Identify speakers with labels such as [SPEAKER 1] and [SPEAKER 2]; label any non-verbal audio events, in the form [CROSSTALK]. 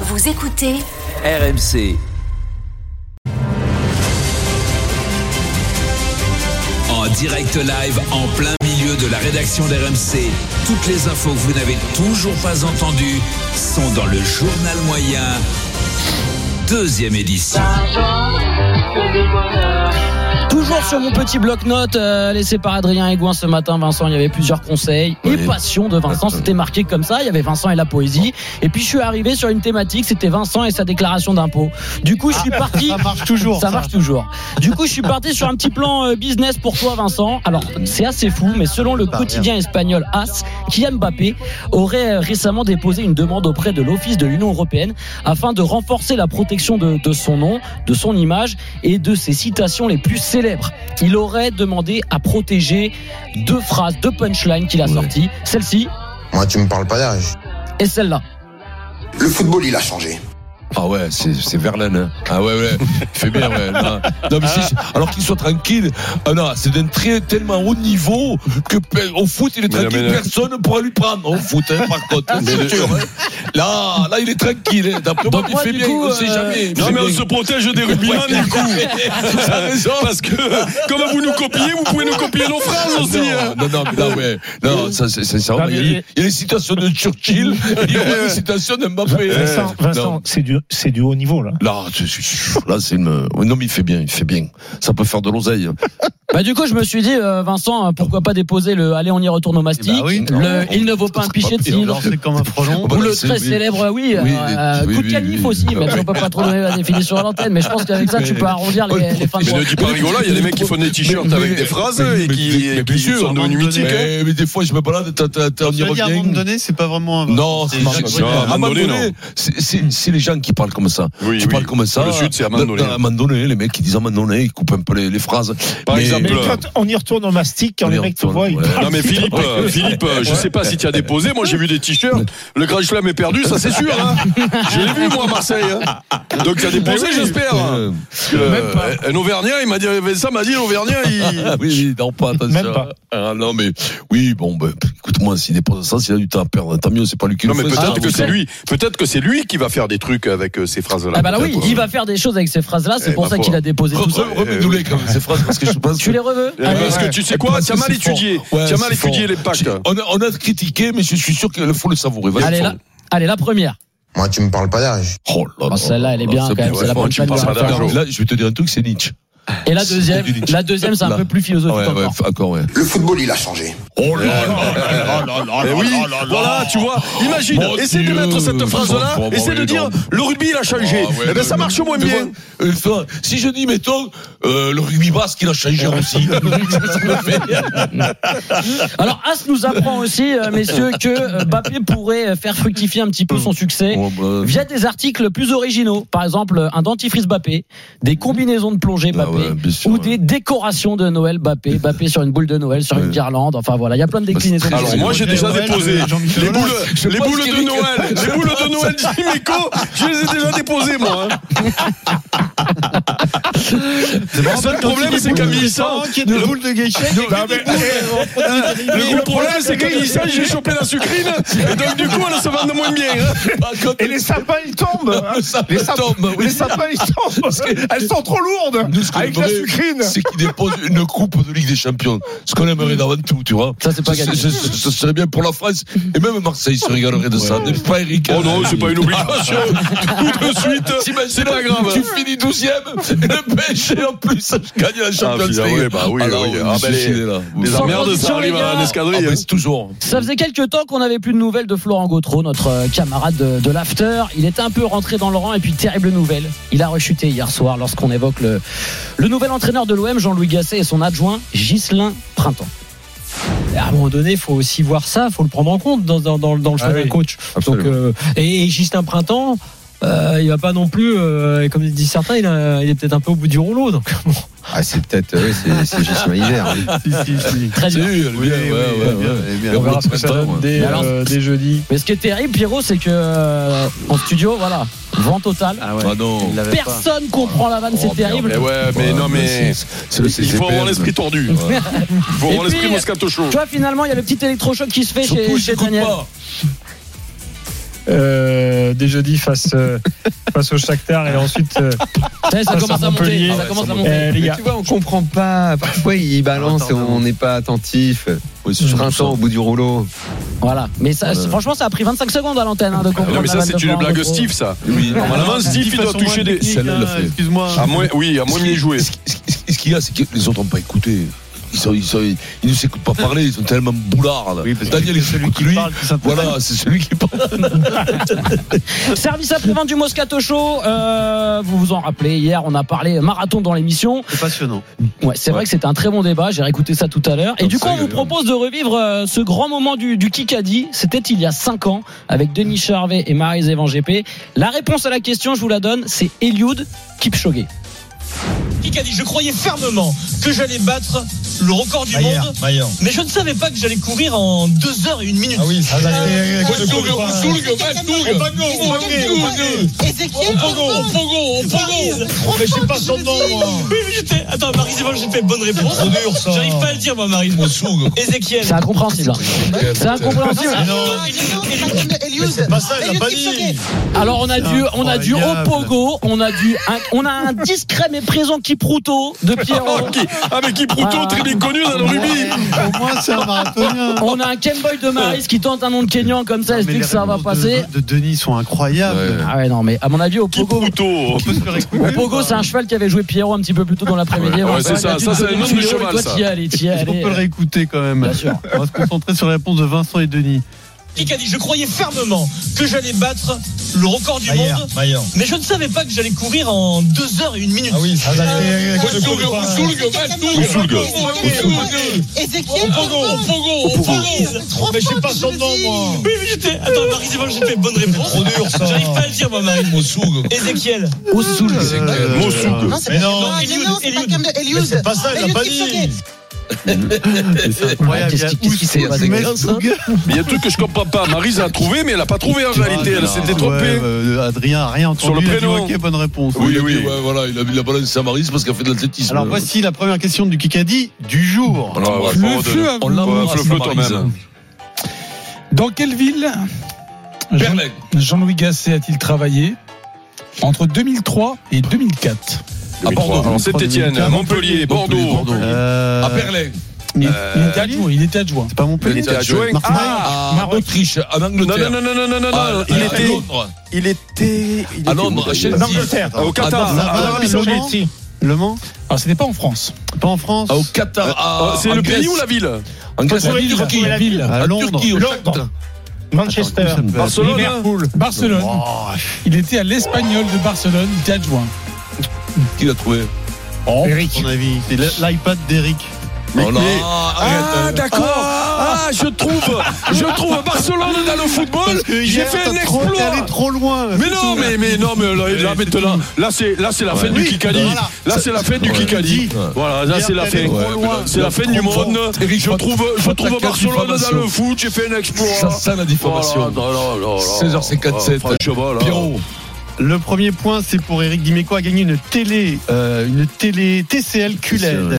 [SPEAKER 1] Vous écoutez
[SPEAKER 2] RMC. En direct live, en plein milieu de la rédaction d'RMC, toutes les infos que vous n'avez toujours pas entendues sont dans le journal moyen, deuxième édition.
[SPEAKER 3] Toujours sur mon petit bloc-notes euh, laissé par Adrien Aigouin ce matin, Vincent, il y avait plusieurs conseils et passion de Vincent. C'était marqué comme ça. Il y avait Vincent et la poésie. Et puis je suis arrivé sur une thématique, c'était Vincent et sa déclaration d'impôt. Du coup, je suis parti. Ah, [LAUGHS] Ça marche toujours. Ça, marche toujours. Du coup, je suis parti sur un petit plan euh, business pour toi, Vincent. Alors, c'est assez fou, mais selon le quotidien espagnol AS, Kylian Mbappé aurait euh, récemment déposé une demande auprès de l'Office de l'Union européenne afin de renforcer la protection de, de son nom, de son image et de ses citations les plus célèbres. Il aurait demandé à protéger deux phrases, deux punchlines qu'il a sorties, celle-ci
[SPEAKER 4] Moi, tu me parles pas d'âge.
[SPEAKER 3] et celle-là.
[SPEAKER 4] Le football, il a changé.
[SPEAKER 5] Ah ouais, c'est c'est Verlaine. hein. Ah ouais, ouais. Il fait bien, ouais. Non, Non, mais c'est- alors qu'il soit tranquille. Ah non, c'est d'un très tellement haut niveau que pe- au foot, il est
[SPEAKER 6] Mais non,
[SPEAKER 5] tranquille.
[SPEAKER 6] mais non.
[SPEAKER 5] Personne ne pourra lui prendre au foot, hein, par contre. C'est sûr, hein. Là, là, il est tranquille. hein. D'après moi,
[SPEAKER 3] Donc
[SPEAKER 5] il
[SPEAKER 3] moi,
[SPEAKER 5] fait
[SPEAKER 3] du
[SPEAKER 5] bien.
[SPEAKER 3] coup,
[SPEAKER 5] on sait
[SPEAKER 3] euh,
[SPEAKER 5] jamais.
[SPEAKER 6] Non mais on se protège des rugbyman
[SPEAKER 5] [LAUGHS]
[SPEAKER 6] du coup Parce que comme vous nous copiez Vous pouvez nous copier nos phrases aussi hein.
[SPEAKER 5] Non, non, mais là, ouais. Non, ça, c'est c'est ça.
[SPEAKER 7] Non, mais
[SPEAKER 5] Il y a
[SPEAKER 3] Bah,
[SPEAKER 7] il-
[SPEAKER 5] les- il y a les citations de Churchill, il y a les citations de Mbappé. hein.
[SPEAKER 7] Vincent,
[SPEAKER 5] Non.
[SPEAKER 7] Euh, Vincent c'est du, c'est du haut niveau là.
[SPEAKER 5] Là, je- je- je- là, c'est une. Non, mais il fait bien, il fait bien. Ça peut faire de l'oseille.
[SPEAKER 3] Bah du coup je me suis dit euh, Vincent euh, pourquoi pas déposer le allez on y retourne au mastic
[SPEAKER 8] Eh bah oui, non,
[SPEAKER 3] le,
[SPEAKER 5] on-
[SPEAKER 3] il ne vaut pas un pichet de
[SPEAKER 5] pire,
[SPEAKER 3] cidre
[SPEAKER 5] non.
[SPEAKER 8] lancé comme un frelon.
[SPEAKER 5] Bon,
[SPEAKER 3] ou
[SPEAKER 5] bah,
[SPEAKER 3] le
[SPEAKER 5] c'est-
[SPEAKER 3] très
[SPEAKER 5] oui.
[SPEAKER 3] célèbre oui,
[SPEAKER 5] Oui,
[SPEAKER 3] euh,
[SPEAKER 5] oui,
[SPEAKER 3] coup de
[SPEAKER 5] oui,
[SPEAKER 3] canif
[SPEAKER 5] oui.
[SPEAKER 3] aussi même si on peut pas trop donner la définition à l'antenne mais je pense qu'avec ça tu peux arrondir les, les fins de
[SPEAKER 6] Mais
[SPEAKER 3] mois
[SPEAKER 6] ne dis pas rigolo Il y a des mecs qui font des t-shirts Avec des phrases Et qui, et qui sont devenus mythiques hein.
[SPEAKER 5] Mais, mais des fois, je me balade, t'as- t'as- t'as- on y
[SPEAKER 8] Je veux dire, à un moment
[SPEAKER 5] revient.
[SPEAKER 8] donné, c'est pas vraiment un Vincent,
[SPEAKER 5] Non,
[SPEAKER 8] c'est
[SPEAKER 5] c'est
[SPEAKER 8] Jacques
[SPEAKER 5] c'est-
[SPEAKER 6] Non,
[SPEAKER 5] à
[SPEAKER 8] Brel.
[SPEAKER 6] à
[SPEAKER 5] un moment donné, c'est- c'est c'est les gens qui parlent comme ça.
[SPEAKER 6] Oui,
[SPEAKER 5] qui
[SPEAKER 6] oui.
[SPEAKER 5] parlent comme ça.
[SPEAKER 6] Le Sud, c'est à un moment
[SPEAKER 5] Dans-
[SPEAKER 6] donné.
[SPEAKER 5] dans- à un moment donné, les mecs, ils disent à un moment donné, ils coupent un peu les, les phrases.
[SPEAKER 6] Par
[SPEAKER 5] Mais-
[SPEAKER 6] exemple,
[SPEAKER 7] Mais
[SPEAKER 6] Bleu.
[SPEAKER 7] quand on y retourne au mastic, quand
[SPEAKER 5] On y
[SPEAKER 7] les mecs te
[SPEAKER 5] retourne,
[SPEAKER 7] voient, ils
[SPEAKER 5] ouais.
[SPEAKER 7] parlent.
[SPEAKER 6] Non mais Philippe euh, Philippe euh, Je sais pas si tu as déposé Moi j'ai vu des t-shirts Le Grand Chelem est perdu Ça c'est sûr hein. Je l'ai vu moi à Marseille hein. Donc tu as déposé j'espère hein.
[SPEAKER 5] Euh,
[SPEAKER 6] Parce que, euh, Un Auvergnat Il m'a dit Ça m'a dit l'Auvergnat il...
[SPEAKER 5] Ah oui, oui, non, pas attention.
[SPEAKER 7] Même pas.
[SPEAKER 5] Ah, non, mais oui, bon, ben, écoute-moi, s'il dépose ça, s'il a du temps à perdre, tant mieux, c'est pas lui qui
[SPEAKER 6] Non
[SPEAKER 5] le
[SPEAKER 6] mais
[SPEAKER 5] fait.
[SPEAKER 6] peut-être
[SPEAKER 5] ça,
[SPEAKER 6] que
[SPEAKER 5] oui.
[SPEAKER 6] c'est lui Peut-être que c'est lui Qui va faire des trucs Avec euh, ces phrases là
[SPEAKER 3] ah bah là, oui il va faire des choses avec ces phrases là c'est
[SPEAKER 6] Eh,
[SPEAKER 3] pour
[SPEAKER 6] ma
[SPEAKER 3] ça
[SPEAKER 6] foi.
[SPEAKER 3] qu'il a déposé
[SPEAKER 5] Re-
[SPEAKER 3] tout ça
[SPEAKER 5] re- Remets-nous-les quand même, ces phrases, parce que je pense
[SPEAKER 3] tu
[SPEAKER 5] que-
[SPEAKER 3] les reveux
[SPEAKER 6] Eh ben,
[SPEAKER 3] Allez.
[SPEAKER 6] Parce que tu sais quoi
[SPEAKER 5] Parce
[SPEAKER 6] Tu
[SPEAKER 5] que
[SPEAKER 6] as mal
[SPEAKER 5] c'est
[SPEAKER 6] étudié
[SPEAKER 5] fort. Ouais,
[SPEAKER 6] Tu as mal
[SPEAKER 5] c'est
[SPEAKER 6] étudié
[SPEAKER 5] fort.
[SPEAKER 6] les packs hein.
[SPEAKER 5] On a, on a critiqué, mais je suis sûr qu'il faut le savourer. Vas-y,
[SPEAKER 3] allez
[SPEAKER 5] faut-
[SPEAKER 3] la allez la première
[SPEAKER 4] Moi, tu me parles pas d'âge.
[SPEAKER 5] Oh là là.
[SPEAKER 3] celle-là, elle est bien,
[SPEAKER 5] C'est
[SPEAKER 3] quand même,
[SPEAKER 5] ouais,
[SPEAKER 3] c'est la
[SPEAKER 5] bon,
[SPEAKER 3] bonne
[SPEAKER 5] tu me
[SPEAKER 3] celle-là.
[SPEAKER 5] parles pas d'âge. Là, je vais te dire un truc, c'est Nietzsche.
[SPEAKER 3] et la deuxième
[SPEAKER 5] du Nietzsche.
[SPEAKER 3] la deuxième c'est un
[SPEAKER 5] Là.
[SPEAKER 3] peu plus
[SPEAKER 5] Ouais,
[SPEAKER 3] philosophique
[SPEAKER 5] ouais,
[SPEAKER 3] encore
[SPEAKER 5] f- encore, ouais.
[SPEAKER 4] Le football, il a changé.
[SPEAKER 5] Oh là là là là
[SPEAKER 6] Eh oui, voilà, tu vois, imagine,
[SPEAKER 5] Mon
[SPEAKER 6] essaie de
[SPEAKER 5] Dieu.
[SPEAKER 6] mettre cette phrase-là,
[SPEAKER 5] Faut avoir
[SPEAKER 6] essaie de
[SPEAKER 5] raison.
[SPEAKER 6] dire le rugby il a changé.
[SPEAKER 5] Ah ouais,
[SPEAKER 6] eh
[SPEAKER 5] non,
[SPEAKER 6] ben ça
[SPEAKER 5] mais-
[SPEAKER 6] marche au moins
[SPEAKER 5] mais
[SPEAKER 6] bien.
[SPEAKER 5] moi, euh, toi, si je dis, mettons, euh, le rugby basque, il a changé aussi. Ça me fait-
[SPEAKER 3] Alors As nous apprend aussi, euh, messieurs, que euh, Mbappé pourrait faire fructifier un petit peu son succès
[SPEAKER 5] Oh, bah.
[SPEAKER 3] via des articles plus originaux. Par exemple, un dentifrice Mbappé, des combinaisons de plongée
[SPEAKER 5] Ah
[SPEAKER 3] Mbappé,
[SPEAKER 5] ouais, bien sûr,
[SPEAKER 3] ou
[SPEAKER 5] ouais.
[SPEAKER 3] des décorations de Noël Mbappé, Mbappé sur une boule de Noël, sur une
[SPEAKER 5] Ouais. Bah,
[SPEAKER 3] guirlande. Enfin voilà, il y a plein de déclinaisons.
[SPEAKER 5] Alors,
[SPEAKER 6] Alors moi j'ai déjà
[SPEAKER 8] Noël,
[SPEAKER 6] déposé
[SPEAKER 8] euh, Jean-Michel
[SPEAKER 6] les boules,
[SPEAKER 5] Je
[SPEAKER 6] les
[SPEAKER 5] pense
[SPEAKER 6] boules de
[SPEAKER 5] qu'Éric-
[SPEAKER 6] Noël, les boules de Noël d'Imeco, je les ai déjà déposées moi. hein. Le seul problème c'est qu'à Millicent,
[SPEAKER 8] Une boule de geisha.
[SPEAKER 6] le problème c'est qu'à Millicent j'ai
[SPEAKER 3] [LAUGHS]
[SPEAKER 6] chopé la sucrine et donc du coup elle se vend de moins bien. hein.
[SPEAKER 7] Et les sapins, ils tombent. hein.
[SPEAKER 5] Le sapin
[SPEAKER 7] Les sapins,
[SPEAKER 5] tombe, oui.
[SPEAKER 7] les sapins, ils tombent. Elles sont trop lourdes.
[SPEAKER 5] Nous, ce qu'on
[SPEAKER 7] Avec la
[SPEAKER 5] aimerait,
[SPEAKER 7] sucrine.
[SPEAKER 5] C'est qu'il dépose une coupe de Ligue des Champions. Ce qu'on aimerait
[SPEAKER 6] Mm.
[SPEAKER 5] d'avant tout, tu vois.
[SPEAKER 3] Ça, c'est pas
[SPEAKER 5] Ce-
[SPEAKER 3] gagné.
[SPEAKER 5] Ce ce- ce serait bien pour la France. Et même Marseille se régalerait de ça. Mais pas Eric.
[SPEAKER 6] Oh non, c'est pas une [LAUGHS] obligation. Tout de [LAUGHS] suite,
[SPEAKER 5] T'imagines,
[SPEAKER 6] c'est pas grave.
[SPEAKER 5] Tu finis 12 e et le PSG en plus je gagne la Champions
[SPEAKER 6] Ah, putain,
[SPEAKER 5] League.
[SPEAKER 6] ouais, bah oui,
[SPEAKER 5] Alors,
[SPEAKER 6] oui,
[SPEAKER 5] on est
[SPEAKER 6] ah, bah, les-
[SPEAKER 5] suicidés, là.
[SPEAKER 6] Les
[SPEAKER 3] Sans
[SPEAKER 6] emmerdes,
[SPEAKER 3] condition,
[SPEAKER 6] ça arrive
[SPEAKER 3] les gars.
[SPEAKER 6] à
[SPEAKER 5] Ah,
[SPEAKER 6] l'escadrille.
[SPEAKER 5] bah,
[SPEAKER 6] hein.
[SPEAKER 5] c'est toujours.
[SPEAKER 3] Ça faisait quelques temps qu'on n'avait plus de nouvelles de Florent Gautreau, notre euh, camarade de, de l'after. Il était un peu rentré dans le rang et puis terrible nouvelle. Il a rechuté hier soir lorsqu'on évoque le, le nouvel entraîneur de l'OM, Jean-Louis Gasset, et son adjoint, Ghislain Printemps.
[SPEAKER 9] à un moment donné, il faut aussi voir ça, il faut le prendre en compte dans, dans, dans, dans le choix d'un coach. Donc, euh, et, et Justin Printemps, euh, il va pas non plus, euh, comme disent certains, il, a- il est peut-être un peu au bout du rouleau. Donc, bon.
[SPEAKER 10] Ah, c'est peut-être, oui, c'est, c'est
[SPEAKER 6] [LAUGHS]
[SPEAKER 10] Gislain Hiver. Oui.
[SPEAKER 3] Très
[SPEAKER 5] C'est
[SPEAKER 3] bien.
[SPEAKER 5] lui, lui, ouais, ouais, ouais. Et on verra ce que ça donne.
[SPEAKER 7] Dès,
[SPEAKER 3] alors-
[SPEAKER 7] euh, dès jeudi.
[SPEAKER 3] Mais ce qui est terrible, Pierrot, c'est que euh, en studio, voilà, vent total.
[SPEAKER 5] Ah non.
[SPEAKER 3] Personne comprend la vanne, c'est
[SPEAKER 5] Oh,
[SPEAKER 3] terrible.
[SPEAKER 6] Mais Eh ouais, mais non, mais.
[SPEAKER 5] c'est- C'est le
[SPEAKER 6] Il faut
[SPEAKER 5] CCPM.
[SPEAKER 6] avoir l'esprit tordu.
[SPEAKER 5] Ouais.
[SPEAKER 6] Il faut
[SPEAKER 3] Et
[SPEAKER 6] avoir l'esprit
[SPEAKER 3] puis-
[SPEAKER 6] moscato chaud.
[SPEAKER 3] Tu vois, finalement, il y a le petit électrochoc qui se fait
[SPEAKER 5] Surtout,
[SPEAKER 3] chez,
[SPEAKER 5] il
[SPEAKER 3] chez
[SPEAKER 5] s'écoute
[SPEAKER 3] Daniel.
[SPEAKER 5] pas.
[SPEAKER 1] euh, dès jeudi face, euh, face au Shakhtar et ensuite euh,
[SPEAKER 3] Ça,
[SPEAKER 7] Ah,
[SPEAKER 1] Ça,
[SPEAKER 3] ça commence
[SPEAKER 1] ça
[SPEAKER 3] à monter.
[SPEAKER 1] Montpellier.
[SPEAKER 3] Ça commence à
[SPEAKER 1] euh,
[SPEAKER 7] Eh,
[SPEAKER 1] les
[SPEAKER 3] monter.
[SPEAKER 10] Mais
[SPEAKER 1] gars.
[SPEAKER 10] tu vois, on comprend pas. Parfois, il balance et on n'est pas attentif.
[SPEAKER 8] Mmh.
[SPEAKER 10] Printemps au bout du rouleau.
[SPEAKER 3] Voilà. Mais ça, c'est- franchement, ça a pris 25 secondes à l'antenne hein, de comprendre.
[SPEAKER 6] Non, mais ça,
[SPEAKER 3] la vanne
[SPEAKER 6] c'est
[SPEAKER 3] de
[SPEAKER 6] une
[SPEAKER 3] Florent
[SPEAKER 6] blague
[SPEAKER 3] Gautreau.
[SPEAKER 6] Steve, ça.
[SPEAKER 5] Oui.
[SPEAKER 6] Normalement, Steve, il doit toucher des.
[SPEAKER 5] Celle-là,
[SPEAKER 1] hein,
[SPEAKER 5] elle l'a fait.
[SPEAKER 8] Excuse-moi.
[SPEAKER 6] À moins, oui, à moins bien jouer.
[SPEAKER 5] Ce qui- ce qui- ce qu'il y a, c'est que les autres n'ont pas écouté. Ils, sont, ils, sont, ils ne s'écoutent pas parler, ils sont tellement boulards. là. Daniel est celui qui lui. Voilà, c'est celui qui parle.
[SPEAKER 3] Service après-vente du Moscato Show. euh, vous vous en rappelez, hier, on a parlé marathon dans l'émission.
[SPEAKER 8] C'est passionnant.
[SPEAKER 3] Ouais, Ah, hein. c'est vrai que c'était un très bon débat. J'ai réécouté ça tout à l'heure. Et
[SPEAKER 5] Comme
[SPEAKER 3] du coup,
[SPEAKER 5] ça,
[SPEAKER 3] on vous
[SPEAKER 5] il y a-
[SPEAKER 3] propose de revivre euh, ce grand moment du, du Kikadi. C'était il y a 5 ans avec Denis Charvet et Marie Evan GP. La réponse à la question, je vous la donne, c'est Eliud Kipchoge.
[SPEAKER 9] Kikadi, je croyais fermement que j'allais battre le record du monde, mais je ne savais pas que j'allais courir en 2 heures et 1 minute. Ah oui, ça Oh,
[SPEAKER 8] Mais je sais pas son nom,
[SPEAKER 9] [LAUGHS]
[SPEAKER 8] moi.
[SPEAKER 9] Attends, Marie, c'est bon, j'ai fait bonne réponse. J'arrive pas à le dire, moi, Marie. Ezekiel.
[SPEAKER 3] C'est incompréhensible. hein. C'est incompréhensible.
[SPEAKER 8] C'est pas ça, il l'a pas dit.
[SPEAKER 3] Alors on a dû, on a dû au
[SPEAKER 8] Incroyable.
[SPEAKER 3] pogo, on a dû, un- on a un discret mais présent Kipruto de Pierrot.
[SPEAKER 6] Oh, qui- Ah, mais qui Proutot, très bien connu dans le rugby.
[SPEAKER 8] Au moins, c'est un
[SPEAKER 9] [LAUGHS]
[SPEAKER 8] marathonien.
[SPEAKER 3] On a un Kemboy de Maris qui tente un nom de Kenyan comme ça, est-ce
[SPEAKER 8] Mais les
[SPEAKER 3] que ça va
[SPEAKER 8] réponses
[SPEAKER 3] passer
[SPEAKER 8] De, de Denis sont incroyables.
[SPEAKER 6] hein.
[SPEAKER 5] Ouais.
[SPEAKER 3] Ah ouais non mais à mon avis au
[SPEAKER 6] Qui
[SPEAKER 3] pogo,
[SPEAKER 6] Proutot
[SPEAKER 3] au pogo c'est un cheval qui avait joué Pierrot un petit peu plus tôt dans l'après-midi.
[SPEAKER 6] Ouais,
[SPEAKER 3] On
[SPEAKER 6] ouais,
[SPEAKER 3] va
[SPEAKER 6] c'est
[SPEAKER 3] faire
[SPEAKER 6] ça,
[SPEAKER 3] la
[SPEAKER 6] ça,
[SPEAKER 3] petite
[SPEAKER 6] c'est un
[SPEAKER 3] vidéo,
[SPEAKER 6] homme de
[SPEAKER 3] Pierrot,
[SPEAKER 6] cheval,
[SPEAKER 3] et toi,
[SPEAKER 6] ça.
[SPEAKER 3] t'y es allé, t'y es
[SPEAKER 8] Est-ce qu'on
[SPEAKER 3] allé.
[SPEAKER 8] peut le réécouter quand même
[SPEAKER 3] Bien sûr.
[SPEAKER 8] On va se concentrer sur la réponse de Vincent et Denis.
[SPEAKER 9] Kikadi, je croyais fermement que j'allais battre le record du monde, mais je ne savais pas que j'allais courir en 2 heures et 1 minute. Ah oui, ça
[SPEAKER 6] Oussoulgue.
[SPEAKER 9] Mais je sais pas son nom, moi. Oui, mais j'étais. Attends, Marie, c'est bon, j'ai fait bonne réponse. Trop dur, ça. J'arrive pas à le dire, moi, Marie. Ezekiel.
[SPEAKER 3] Oussoul.
[SPEAKER 8] Euh,
[SPEAKER 6] Mossoud.
[SPEAKER 8] Mais non,
[SPEAKER 9] C'est pas ça, il l'a pas dit. [LAUGHS]
[SPEAKER 8] c'est incroyable.
[SPEAKER 3] Qu'est-ce qui- qu'est-ce qui s'est passé
[SPEAKER 8] Mais
[SPEAKER 3] Gaël, ça
[SPEAKER 8] Souga-
[SPEAKER 6] Mais il y a un truc que je comprends pas. Marise a trouvé, mais elle a pas trouvé en réalité. Elle s'était
[SPEAKER 8] ah, Ouais,
[SPEAKER 6] trompée.
[SPEAKER 8] euh, Adrien a rien entendu.
[SPEAKER 6] Sur le
[SPEAKER 8] il a dit,
[SPEAKER 6] prénom.
[SPEAKER 8] Ok, bonne réponse.
[SPEAKER 5] Il
[SPEAKER 6] Oui,
[SPEAKER 5] a dit,
[SPEAKER 6] oui.
[SPEAKER 5] ouais, voilà, il a, il a balancé à Maris parce qu'il a fait de l'athlétisme.
[SPEAKER 8] Alors voici la première question du Kikadi du jour.
[SPEAKER 6] Alors, ouais,
[SPEAKER 1] Le
[SPEAKER 6] on
[SPEAKER 1] feu
[SPEAKER 6] donne-
[SPEAKER 1] avant-
[SPEAKER 6] on l'embrasse,
[SPEAKER 5] Ouais, fleu-fleu,
[SPEAKER 6] Maryse.
[SPEAKER 5] toi-même.
[SPEAKER 1] Dans quelle ville Jean-
[SPEAKER 5] Berlin.
[SPEAKER 1] Jean-Louis Gasset a-t-il travaillé entre 2003 et 2004
[SPEAKER 5] À Bordeaux.
[SPEAKER 6] Alors, Saint-Étienne, à Montpellier, Bordeaux.
[SPEAKER 8] Euh,
[SPEAKER 6] ah,
[SPEAKER 5] À Berlin.
[SPEAKER 1] il,
[SPEAKER 6] Euh,
[SPEAKER 1] il était adjoint, il était adjoint.
[SPEAKER 8] C'est pas Montpellier.
[SPEAKER 6] Il était adjoint.
[SPEAKER 8] Marseille.
[SPEAKER 6] Ah,
[SPEAKER 5] À Autriche, en
[SPEAKER 6] Non, non,
[SPEAKER 5] Angleterre.
[SPEAKER 6] non, non, non, non, non,
[SPEAKER 5] Ah,
[SPEAKER 6] non. Il
[SPEAKER 5] à
[SPEAKER 6] était.
[SPEAKER 5] Londres.
[SPEAKER 8] Il était. il
[SPEAKER 5] À
[SPEAKER 8] était
[SPEAKER 5] Londres,
[SPEAKER 8] où,
[SPEAKER 5] à
[SPEAKER 8] d'ailleurs
[SPEAKER 5] Chelsea.
[SPEAKER 7] L'Angleterre.
[SPEAKER 6] Au Qatar,
[SPEAKER 5] Ah,
[SPEAKER 8] bah,
[SPEAKER 6] en
[SPEAKER 8] bah,
[SPEAKER 6] Arabie
[SPEAKER 8] bah,
[SPEAKER 6] Saoudite.
[SPEAKER 8] Le Mans
[SPEAKER 1] Alors Ah, c'était pas en France.
[SPEAKER 8] Pas en France
[SPEAKER 5] Au Qatar. à-
[SPEAKER 6] Euh, C'est
[SPEAKER 5] en
[SPEAKER 6] le
[SPEAKER 5] Grèce.
[SPEAKER 6] pays ou la ville
[SPEAKER 5] En Grèce, en
[SPEAKER 1] Faut trouver-
[SPEAKER 5] Turquie.
[SPEAKER 1] faut trouver la ville.
[SPEAKER 8] À
[SPEAKER 5] En
[SPEAKER 8] Londres.
[SPEAKER 5] Turquie, au
[SPEAKER 1] Londres.
[SPEAKER 5] Qatar.
[SPEAKER 7] Manchester.
[SPEAKER 6] Barcelone
[SPEAKER 1] Barcelone. Il était à l'Espagnol de Barcelone, il était adjoint.
[SPEAKER 5] Qui l'a trouvé
[SPEAKER 1] Eric.
[SPEAKER 8] Ton Oh, avis C'est l'iPad d'Eric.
[SPEAKER 5] Oh là,
[SPEAKER 6] mais- Ah,
[SPEAKER 5] arrête.
[SPEAKER 6] d'accord. Ah, je trouve, je trouve Barcelone dans le football. J'ai
[SPEAKER 8] hier,
[SPEAKER 6] fait
[SPEAKER 8] t'as
[SPEAKER 6] un
[SPEAKER 8] trop- t'es allé
[SPEAKER 6] exploit.
[SPEAKER 8] trop loin.
[SPEAKER 6] Mais non, mais, mais non, mais là, là, maintenant, là, c'est, là, c'est la fin du Kikadi.
[SPEAKER 8] voilà.
[SPEAKER 6] Là, c'est la fin du
[SPEAKER 5] Ouais.
[SPEAKER 6] Kikadi.
[SPEAKER 5] Ouais.
[SPEAKER 6] Voilà, là, c'est la
[SPEAKER 8] t'es
[SPEAKER 6] fin.
[SPEAKER 8] allé
[SPEAKER 5] trop loin.
[SPEAKER 6] C'est la fin du monde. Je trouve, je trouve Barcelone dans le foot. J'ai fait un exploit.
[SPEAKER 5] Ça sent la diffamation.
[SPEAKER 6] Voilà, Oh là, là, là, là.
[SPEAKER 5] 16h57.
[SPEAKER 6] Ah, franchement, là.
[SPEAKER 5] Pierrot.
[SPEAKER 8] Le premier point, c'est pour Eric Dimeco a gagné une télé, euh, une télé TCL QLED.